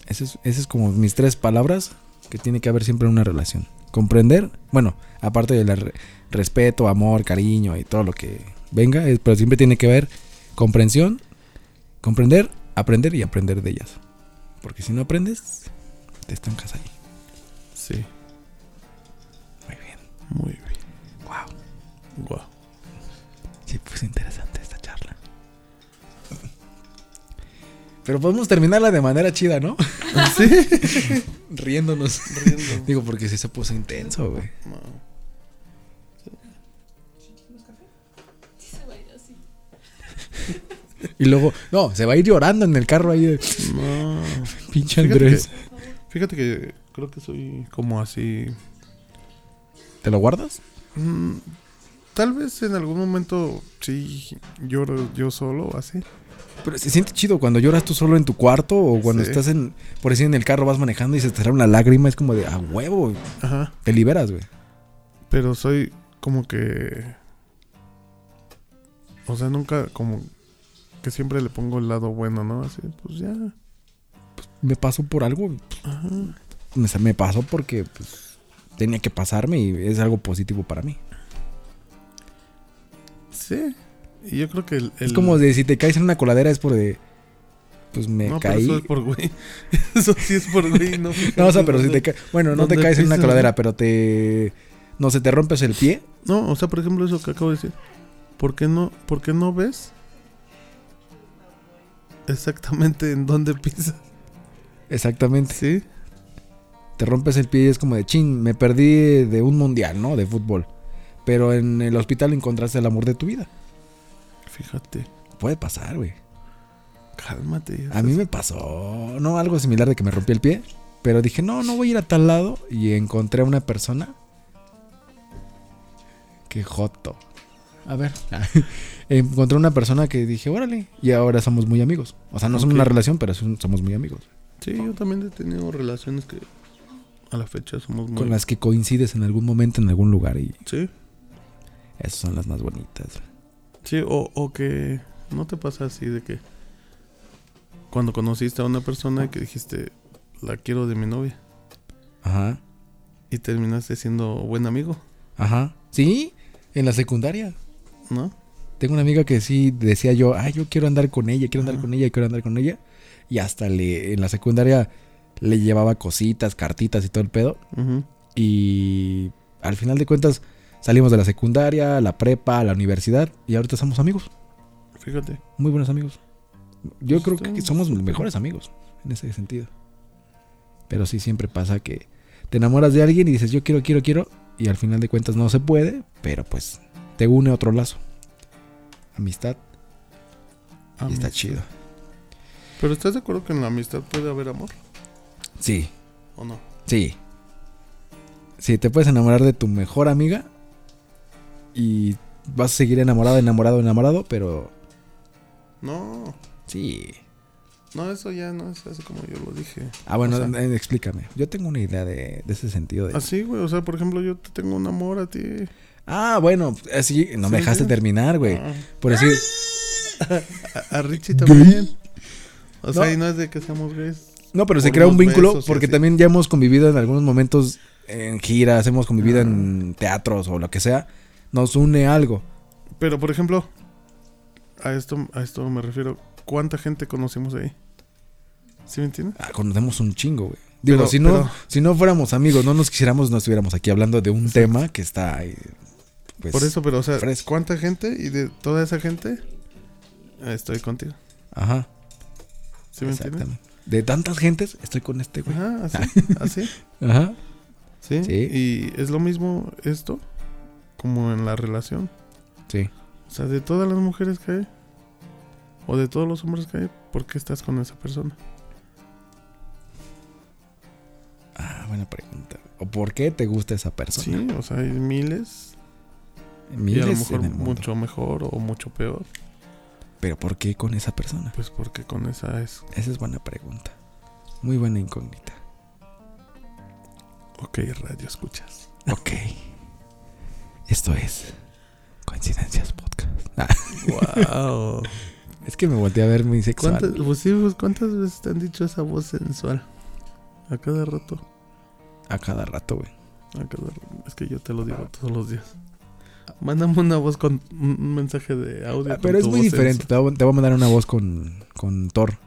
Esas es, ese es como mis tres palabras que tiene que haber siempre en una relación. Comprender, bueno, aparte del re- respeto, amor, cariño y todo lo que venga, es- pero siempre tiene que haber comprensión, comprender, aprender y aprender de ellas. Porque si no aprendes, te estancas ahí.
Sí,
Muy bien.
muy bien.
Wow.
Guau.
Sí, pues interesante esta charla. [LAUGHS] Pero podemos terminarla de manera chida, ¿no? [LAUGHS] Sí. Riéndonos.
Riendo.
Digo, porque sí se puso intenso, güey.
No.
Sí se va a ir así.
Y luego, no, se va a ir llorando en el carro ahí de
[LAUGHS] No.
pinche
Fíjate
Andrés.
Fíjate que creo que soy como así.
¿Te lo guardas?
Mm, tal vez en algún momento sí lloro yo solo, así.
Pero se siente chido cuando lloras tú solo en tu cuarto o cuando
Sí.
estás en, por decir, en el carro vas manejando y se te sale una lágrima, es como de, a huevo,
Ajá.
te liberas, güey.
Pero soy como que. O sea, nunca como que siempre le pongo el lado bueno, ¿no? Así, pues ya.
Me pasó por algo, pues,
Ajá.
me, sa- me pasó porque pues, tenía que pasarme y es algo positivo para mí.
Sí. Y yo creo que el.
Es
el-
como de si te caes en una coladera es por de, pues me
No, pero
caí.
eso es por güey. [LAUGHS] Eso sí es por güey, no.
[LAUGHS] No, o sea, pero si te caes, bueno, no te
¿Dónde
caes en una
pisas, no?
coladera, pero te, no sé, te rompes el pie.
No, o sea, por ejemplo, eso que acabo de decir. ¿Por qué no, por qué no ves exactamente en dónde pisas?
Exactamente.
Sí.
te rompes el pie y es como de ching, me perdí de un mundial, ¿no? De fútbol. Pero en el hospital encontraste el amor de tu vida.
Fíjate.
Puede pasar, güey.
Cálmate.
A mí me pasó, no algo similar de que me rompí el pie, pero dije, no, no voy a ir a tal lado. Y encontré a una persona. Qué joto. A ver. [LAUGHS] encontré una persona que dije, órale. Y ahora somos muy amigos. O sea, no somos
Ok.
una relación, pero sí somos muy amigos.
Sí, yo también he tenido relaciones que a la fecha somos muy...
Con las que coincides en algún momento, en algún lugar. Y
Sí,
esas son las más bonitas.
sí, o, o que no te pasa así de que cuando conociste a una persona que dijiste, la quiero de mi novia,
Ajá.
y terminaste siendo buen amigo,
Ajá. Sí, en la secundaria.
¿no?
Tengo una amiga que sí decía yo, ay, yo quiero andar con ella, quiero andar
Ajá.
con ella, quiero andar con ella. Y hasta le, en la secundaria le llevaba cositas, cartitas y todo el pedo.
Ujú.
Y al final de cuentas salimos de la secundaria, la prepa, la universidad y ahorita somos amigos,
Fíjate.
muy buenos amigos. Yo
Pues
creo
está-
que somos mejores amigos en ese sentido. Pero sí siempre pasa que te enamoras de alguien y dices yo quiero, quiero, quiero y al final de cuentas no se puede, pero pues te une otro lazo. Amistad y está
Amistad.
chido.
Pero ¿estás de acuerdo que en la amistad puede haber amor
Sí,
o no?
sí. Sí, te puedes enamorar de tu mejor amiga y vas a seguir enamorado, enamorado, enamorado, pero
No,
sí.
No, eso ya no es así como yo lo dije.
Ah, bueno,
O sea-
eh, explícame. Yo tengo una idea de, de ese sentido. De...
Así, güey. O sea, por ejemplo, yo te tengo un amor a ti.
Ah, bueno, así no me
Sí,
dejaste
sí.
terminar, güey.
Ah,
Por decir,
A, a Richie también. O sea,
No.
y no es de que seamos gays.
no, pero se
Por
crea un
unos
vínculo
besos y
porque
así.
también ya hemos convivido en algunos momentos en giras, hemos convivido en
Ah.
teatros o lo que sea. Nos une algo.
Pero, por ejemplo, a esto, a esto me refiero. ¿Cuánta gente conocimos ahí? ¿Sí me entiendes?
Ah, conocemos un chingo, güey. Digo,
Pero-
si no,
pero-
si no fuéramos amigos, no nos quisiéramos, no estuviéramos aquí hablando de un tema que está ahí. pues,
por eso, pero, o sea,
fresco.
¿cuánta gente? Y de toda esa gente, eh, estoy contigo.
Ajá.
¿Sí me entiendes?
Exactamente. De tantas gentes, estoy con este, güey.
Ajá, así,
[LAUGHS]
así.
Ajá.
¿Sí?
Sí.
Y es lo mismo esto como en la relación.
Sí.
O sea, de todas las mujeres que hay, o de todos los hombres que hay, ¿por qué estás con esa persona?
Ah, buena pregunta. ¿O por qué te gusta esa
Sí,
persona?
o sea, hay miles, y
Miles
a lo
en
mejor
el mundo.
mucho mejor o mucho peor.
Pero ¿por qué con esa persona?
Pues porque con esa es.
Esa es buena pregunta. Muy buena incógnita.
Ok, radio, escuchas.
Ok. Esto es Coincidencias Podcast. [LAUGHS] Ah,
¡Wow!
es que me volteé a ver muy sexual.
¿Cuántas, pues sí, pues, ¿Cuántas veces te han dicho esa voz sensual? A cada rato.
A cada rato, güey.
a cada rato. Es que yo te lo digo todos los días. Mándame una voz con un un mensaje de audio.
Ah,
con
Pero es
tu
muy
voz
diferente.
sensual.
Te voy, a- te voy a mandar una voz con, con Thor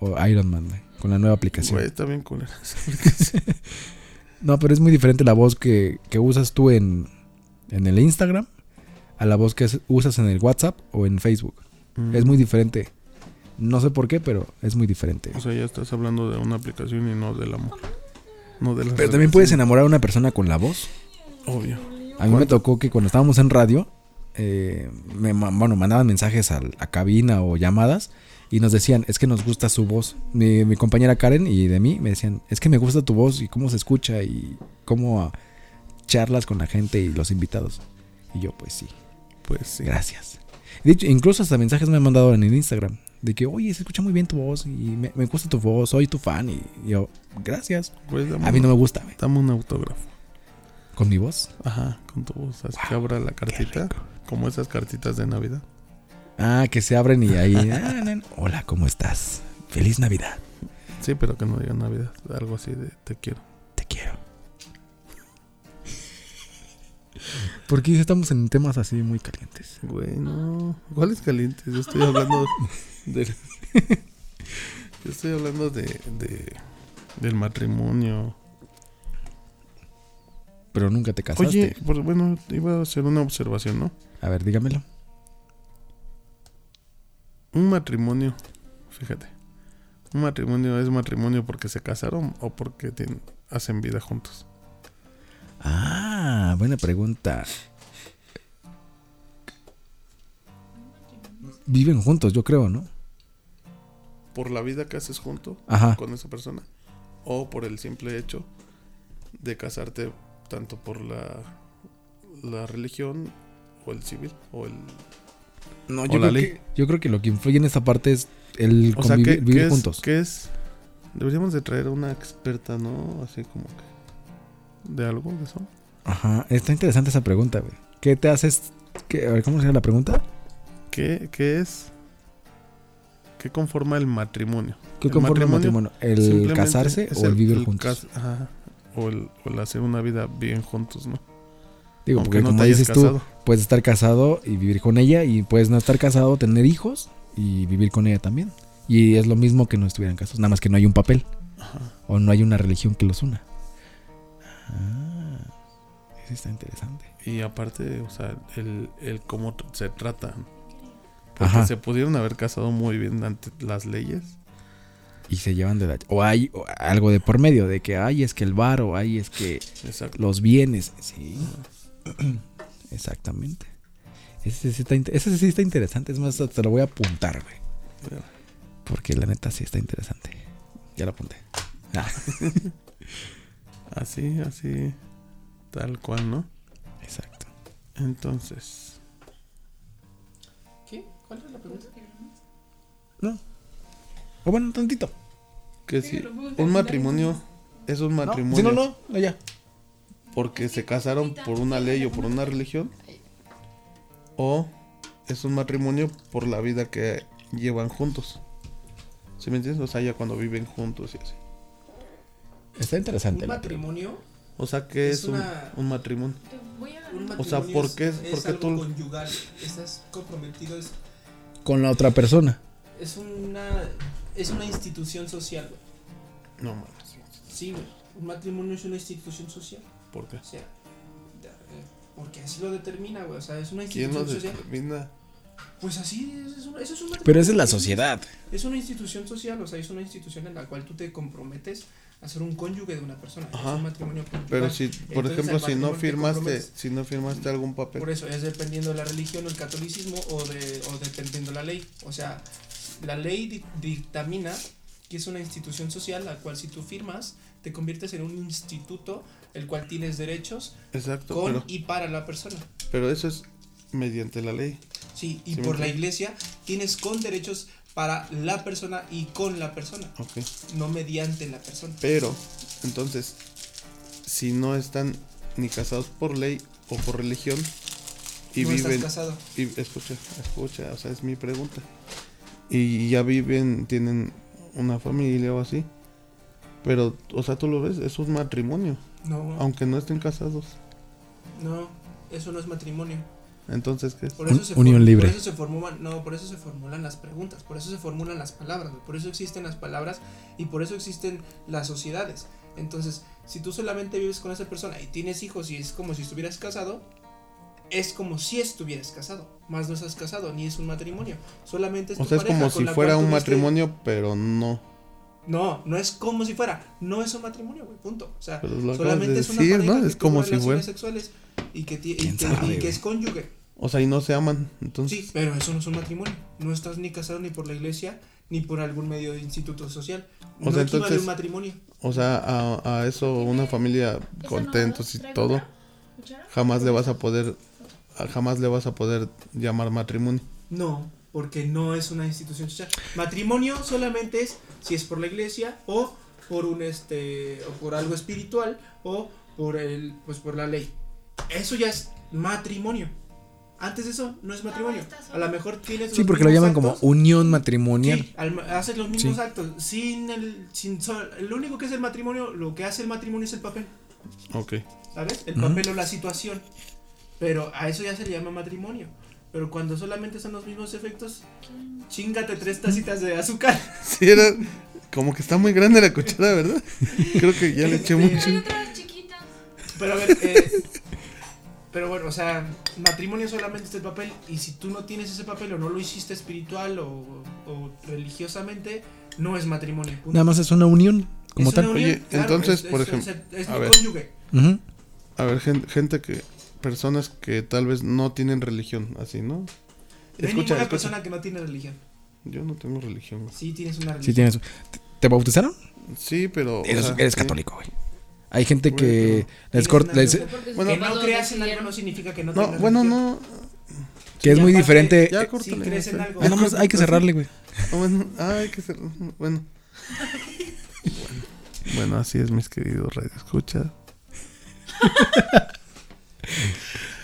o Iron Man, güey, Con la nueva aplicación.
Güey, está bien culera.
[LAUGHS] No, pero es muy diferente la voz que, que usas tú en, en el Instagram a la voz que es- usas en el WhatsApp o en Facebook. Es muy diferente. No sé por qué, pero es muy diferente.
O sea, ya estás hablando de una aplicación y no del amor. No de las
Pero también puedes
relaciones.
enamorar a una persona con la voz.
Obvio.
A mí me tocó que cuando estábamos en radio, eh, me ma- bueno, mandaban mensajes a, la cabina o llamadas y nos decían, es que nos gusta su voz. Mi, mi compañera Karen y de mí me decían, es que me gusta tu voz y cómo se escucha y cómo ah, charlas con la gente y los invitados. Y yo, pues sí,
Pues sí.
gracias. De hecho, incluso hasta mensajes me han mandado en el Instagram de que, oye, se escucha muy bien tu voz y me, me gusta tu voz, soy tu fan. Y yo, gracias.
Pues dame,
A mí no me gusta, güey.
dame un autógrafo.
Con mi voz.
Ajá, con tu voz. Así que
Wow,
abra la
Qué
cartita.
rico.
Como esas cartitas de Navidad.
Ah, que se abren y ahí. [LAUGHS] ah, nen, Hola, ¿cómo estás? Feliz Navidad.
Sí, pero que no diga Navidad. Algo así de te quiero.
Te quiero. Porque estamos en temas así muy calientes.
Güey, no. ¿Cuáles calientes? Yo estoy
[LAUGHS]
hablando de. [LAUGHS] Yo estoy hablando de, de- del matrimonio.
Pero nunca te casaste.
Oye, por- bueno, iba a hacer una observación, ¿no?
A ver, dígamelo.
Un matrimonio, fíjate. Un matrimonio es matrimonio porque se casaron o porque tienen- hacen vida juntos.
Ah, buena pregunta. Viven juntos, yo creo, ¿no?
Por la vida que haces junto
Ajá.
con esa persona o por el simple hecho de casarte tanto por la, la religión o el civil o el...
No,
o
yo,
la
creo
ley.
que, yo creo que lo que influye en esta parte es el
O sea,
convivir
¿qué,
vivir
qué es,
juntos.
qué es? Deberíamos de traer una experta, ¿no? Así como que... ¿De algo de eso?
Ajá. Está interesante esa pregunta, güey. ¿Qué te haces? qué- a ver, ¿cómo se llama la pregunta?
¿Qué, qué es? ¿Qué conforma el matrimonio?
¿Qué
El
conforma el matrimonio?
matrimonio
¿El
Simplemente
casarse
es
o el vivir
el
juntos?
cas- ajá, o, el, o el hacer una vida bien juntos, ¿no?
Digo,
Aunque
porque
no
como
te hayas
dices
casado.
tú, puedes estar casado y vivir con ella y puedes no estar casado, tener hijos y vivir con ella también. Y es lo mismo que no estuvieran casados, nada más que no hay un papel
Ajá.
o no hay una religión que los una. Ah, eso está interesante.
Y aparte, o sea, el, el cómo t- se tratan. Porque
Ajá.
se pudieron haber casado muy bien ante las leyes.
Y se llevan de la... O hay o algo de por medio, de que, ay, es que el bar o ay, es que
Exacto.
los bienes. Sí. [CLEARS THROAT] Exactamente. Ese sí, está, inte- ese sí está interesante. Es más, te lo voy a apuntar, güey.
Mira.
Porque la neta sí está interesante. Ya lo apunté. Ah,
Así, así, tal cual, ¿no?
exacto.
Entonces,
¿Qué? ¿Cuál era la pregunta?
No. O Ah, bueno, tantito.
Que si
Sí, lo puedo
un
terminar.
matrimonio es un
¿no?
matrimonio
Si no, no, no, ya.
porque se casaron por una ley o por una religión, o es un matrimonio por la vida que llevan juntos. ¿Sí me entiendes? O sea, ya cuando viven juntos y así.
Está interesante.
Un
la pregunta.
matrimonio.
O sea, ¿qué es,
Es
un,
una-
un matrimonio?
Te voy a
un
O sea,
matrimonio
¿por qué-
es,
por
es
qué
algo
tú-
conyugal. Estás comprometido. Es,
Con la otra persona.
es una es una institución social, güey.
No mames.
Sí, güey. Un matrimonio es una institución social.
¿Por qué?
O sea, de- eh, porque así lo determina, güey. O sea, es una
¿Quién
institución
lo
social.
determina?
Pues así es, es un- eso es un matrimonio.
Pero esa es la sociedad.
Es una institución social, o sea, es una institución en la cual tú te comprometes a ser un cónyuge de una persona.
Ajá.
Es un matrimonio conyugal.
Pero si, por
Entonces,
ejemplo,
al
si no
matrimonio te
firmaste,
comprometes.
si no firmaste algún papel,
Por eso es dependiendo de la religión o el catolicismo o, de, o dependiendo la ley. O sea, la ley di- dictamina que es una institución social la cual si tú firmas te conviertes en un instituto el cual tienes derechos
exacto,
con
pero,
y para la persona.
pero eso es mediante la ley.
Sí,
Sí,
y por la
entiendo.
iglesia tienes con derechos para la persona y con la persona,
Ok.
no mediante la persona.
Pero, entonces, si no están ni casados por ley o por religión y
no
viven.
estás casado.
Y escucha, escucha, o sea, es mi pregunta. Y ya viven, tienen una familia o así. Pero, o sea, tú lo ves, es un matrimonio,
No,
aunque no estén casados.
no, eso no es matrimonio.
Entonces, ¿qué es?
Por
Un-
eso se
unión
form-
libre.
Por eso se formulan, no, por eso se formulan las preguntas, por eso se formulan las palabras, güey, por eso existen las palabras y por eso existen las sociedades. Entonces, si tú solamente vives con esa persona y tienes hijos y es como si estuvieras casado, es como si estuvieras casado, más no estás casado ni es un matrimonio, solamente es
O
tu
sea, es
pareja
como
con
si
la
fuera
cual
un
tuviste-
matrimonio, pero no.
No, no es como si fuera, no es un matrimonio, güey, punto. O sea,
Pero lo acabas
solamente
de
es una
decir,
pareja
¿no?
que
Es
tuvo
como si
relaciones
fuera-
sexuales y que, ti- y
¿Quién
que-
sabe,
y que es
güey?
cónyuge.
O sea, y no se aman. Entonces,
Sí, pero eso no es un matrimonio. No estás ni casado ni por la iglesia ni por algún medio de instituto social.
O
no
sea,
equivale
entonces-
un matrimonio.
o sea, a, a eso una familia contentos y todo, jamás le vas a poder jamás le vas a poder llamar matrimonio.
No, porque no es una institución social. Matrimonio solamente es si es por la iglesia o por un este o por algo espiritual o por el pues por la ley. Eso ya es matrimonio. Antes de eso no es matrimonio. A lo mejor tienes
Sí,
los
porque lo
mismos
llaman como
actos.
unión matrimonial.
Sí, al- haces los mismos
Sí.
actos sin el sin sol- lo único que es el matrimonio, lo que hace el matrimonio es el papel.
Ok.
¿sabes? El
Ujú.
papel o la situación. Pero a eso ya se le llama matrimonio. Pero cuando solamente son los mismos efectos, chingate tres tacitas de azúcar. [LAUGHS]
Sí, era como que está muy grande la cuchara, ¿verdad? Creo que ya le eché mucho.
Hay otras chiquitas.
Pero a ver, eh, pero bueno, o sea, matrimonio solamente es el papel. Y si tú no tienes ese papel o no lo hiciste espiritual o, o religiosamente, no es matrimonio. punto.
Nada más es una unión como
Es
tal.
una unión,
Oye, entonces, por
es-
ejemplo,
es, es
a
mi
ver.
cónyuge.
Ujú.
A ver, gen- gente que personas que tal vez no tienen religión, así, ¿no?
No hay
Escucha,
ninguna
escucha.
persona que no tiene religión.
Yo no tengo religión. güey.
Sí, tienes una religión.
Sí tienes. ¿Te- ¿Te bautizaron?
Sí, pero o
Eres,
sea,
eres
sí.
católico, güey. Hay gente
Güey,
que les
Tienes
cort-
una
les-
religión.
Bueno,
que no creas en algo no significa que no,
No,
tengas
bueno,
religión.
no.
que es
Y
muy
aparte,
diferente.
Ya
eh,
córtale.
si crees en
sí.
algo.
ah, nada más hay que cerrarle, güey.
Ah, bueno, ah, hay que ser. Bueno. Bueno, así es, mis queridos radio. Escucha.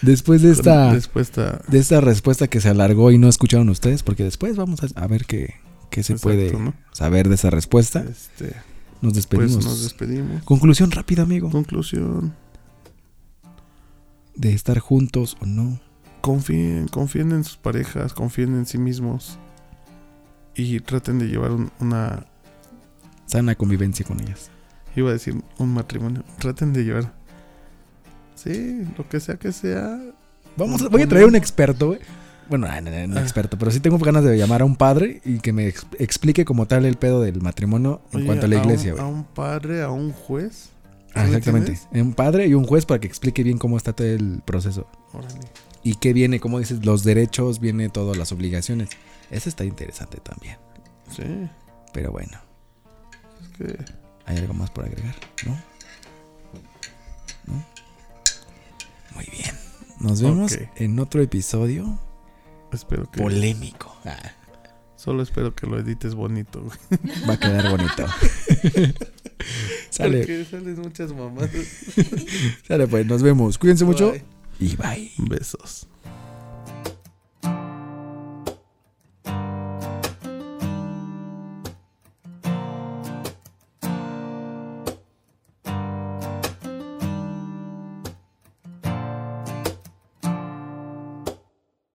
Después de esta
Después está.
de esta respuesta que se alargó y no escucharon ustedes, porque después vamos a, a ver qué, qué se
Exacto,
puede
¿no?
saber de esa respuesta.
Este,
Nos
pues
despedimos.
nos despedimos.
Conclusión rápida, amigo.
Conclusión.
De estar juntos o no.
Confíen, confíen en sus parejas, confíen en sí mismos. Y traten de llevar un- una.
Sana convivencia con ellas.
Iba a decir un matrimonio. Traten de llevar. Sí, lo que sea que sea.
Vamos, a- voy a traer un experto, güey. Bueno, ah, no, no, no experto, pero sí tengo ganas de llamar a un padre y que me ex- explique como tal el pedo del matrimonio en
Oye,
cuanto a la
un-
iglesia,
A
güey.
un, padre, a un juez.
Ah,
¿me
exactamente.
entiendes?
Un padre y un juez para que explique bien cómo está todo el proceso.
Órale.
Y qué viene, como dices, los derechos, viene todas las obligaciones. Eso está interesante también.
Sí,
Pero bueno,
es que.
hay algo más por agregar, ¿no? ¿No? Muy bien. Nos vemos
Ok.
en otro episodio
Espero que.
polémico. Ah.
Solo espero que lo edites bonito, güey.
Va a quedar
[LAUGHS]
bonito. [LAUGHS] sale,
Porque salen
[LAUGHS]
muchas mamadas.
sale pues, nos vemos. Cuídense mucho
Bye.
y bye.
Besos.